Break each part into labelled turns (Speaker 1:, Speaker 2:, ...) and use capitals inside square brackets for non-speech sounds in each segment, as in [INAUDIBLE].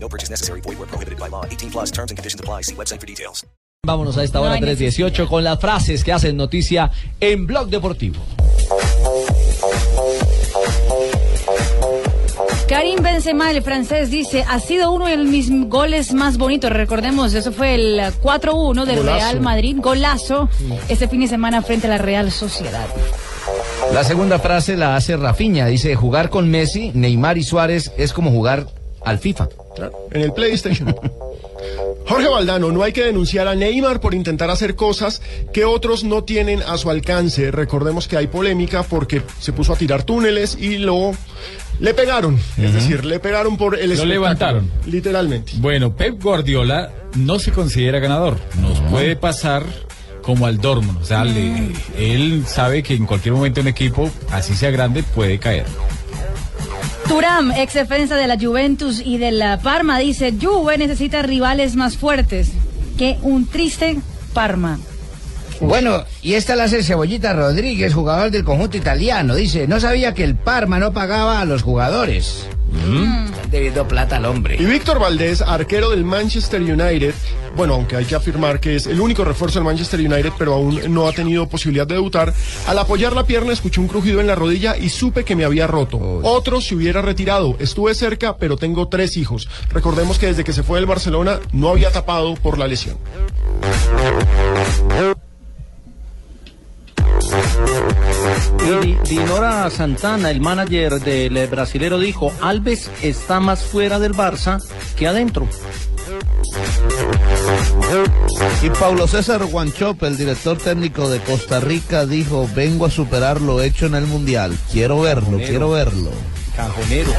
Speaker 1: No purchase necessary. Void where prohibited by law. 18 plus terms and conditions apply. See website for details.
Speaker 2: Vámonos a esta hora
Speaker 3: No, en
Speaker 2: 318 con las frases que hacen noticia en Blog Deportivo.
Speaker 4: Karim Benzema, el francés, dice, ha sido uno de mis goles más bonitos. Recordemos, eso fue el 4-1 del Real Madrid, golazo, este fin de semana frente a la Real Sociedad.
Speaker 5: La segunda frase la hace Rafiña. Dice, jugar con Messi, Neymar y Suárez es como jugar al FIFA.
Speaker 6: en el PlayStation. [LAUGHS] Jorge Valdano, no hay que denunciar a Neymar por intentar hacer cosas que otros no tienen a su alcance. Recordemos que hay polémica porque se puso a tirar túneles y lo le pegaron, es decir, le pegaron por el espectáculo,
Speaker 7: levantaron.
Speaker 6: literalmente.
Speaker 7: Bueno, Pep Guardiola no se considera ganador. Nos puede pasar como al Dortmund. O sea, le- él sabe que en cualquier momento un equipo, así sea grande, pues puede caer.
Speaker 4: Turam, ex defensa de la Juventus y de la Parma, dice, Juve necesita rivales más fuertes que un triste Parma.
Speaker 5: Bueno, y esta la hace Cebollita Rodríguez, jugador del conjunto italiano. Dice, no sabía que el Parma no pagaba a los jugadores.
Speaker 7: Mm.
Speaker 5: Están debiendo plata al
Speaker 6: Y
Speaker 5: hombre.
Speaker 6: Víctor Valdés, arquero del Manchester United, bueno, aunque hay que afirmar que es el único refuerzo del Manchester United, pero aún no ha tenido posibilidad de debutar, al apoyar la pierna escuché un crujido en la rodilla y supe que me había roto. Otro se hubiera retirado, estuve cerca, pero tengo tres hijos. Recordemos que desde que se fue del Barcelona no había tapado por la lesión.
Speaker 8: Di- Dinora Santana, el manager del eh, brasilero, dijo, Alves está más fuera del Barça que adentro.
Speaker 9: Y Pablo César Guanchope, el director técnico de Costa Rica, dijo, vengo a superar lo hecho en el Mundial. Quiero verlo, quiero verlo.
Speaker 8: Cajonero.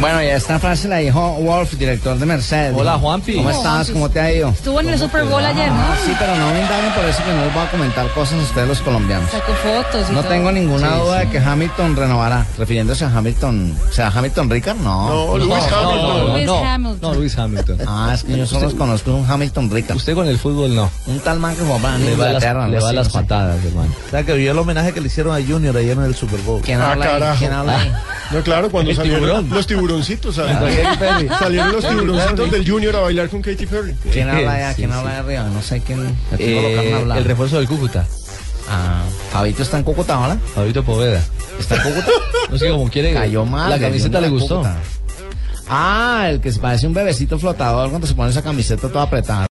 Speaker 5: Bueno, y esta frase la dijo Wolf, director de Mercedes.
Speaker 2: Hola, Juanpi.
Speaker 5: ¿Cómo estás? ¿Cómo te ha ido? Ah,
Speaker 4: Estuvo en el Super Bowl ayer, ¿no?
Speaker 5: Sí, pero no me indaguen por eso que no les voy a comentar cosas a ustedes los colombianos.
Speaker 4: Sacó fotos y
Speaker 5: No
Speaker 4: todo.
Speaker 5: tengo ninguna duda de que Hamilton renovará. Refiriéndose a Hamilton. ¿O sea, Hamilton Ricard? No.
Speaker 6: No, Luis Hamilton.
Speaker 4: Lewis Hamilton.
Speaker 2: no, Luis Hamilton.
Speaker 5: Ah, es que yo solo conozco un Hamilton Ricard.
Speaker 2: [LAUGHS] Usted con el fútbol no.
Speaker 5: Un tal man como Van
Speaker 2: Le va, las,
Speaker 5: Inglaterra,
Speaker 2: le
Speaker 5: algo
Speaker 2: va
Speaker 5: así,
Speaker 2: las
Speaker 5: no sé.
Speaker 2: patadas, hermano.
Speaker 9: O sea, que vio el homenaje que le hicieron a Junior ayer en el Super Bowl.
Speaker 5: ¿Quién
Speaker 6: Ah,
Speaker 5: habla ahí?
Speaker 6: carajo.
Speaker 5: ¿Quién habla ahí?
Speaker 6: No, claro, cuando
Speaker 2: El
Speaker 6: salieron
Speaker 2: tiburón.
Speaker 6: los tiburoncitos, ¿sabes?
Speaker 2: [LAUGHS]
Speaker 9: Eh,
Speaker 6: salieron los tiburoncitos del Junior a bailar con Katy Perry.
Speaker 5: ¿Quién habla ahí?
Speaker 2: Sí,
Speaker 5: ¿Quién
Speaker 2: sí.
Speaker 5: habla ahí arriba? No sé quién.
Speaker 2: Eh, el
Speaker 5: el
Speaker 2: refuerzo del Cúcuta,
Speaker 5: ah, Fabito está en Cúcuta ahora.
Speaker 2: Fabito Poveda.
Speaker 5: Está en
Speaker 2: [LAUGHS]
Speaker 5: Cúcuta.
Speaker 2: No sé cómo quiere.
Speaker 5: Cayó mal.
Speaker 2: La
Speaker 5: le dio
Speaker 2: camiseta
Speaker 5: una
Speaker 2: le gustó.
Speaker 5: Cúcuta. Ah, el que se parece un bebecito flotador cuando se pone esa camiseta toda apretada.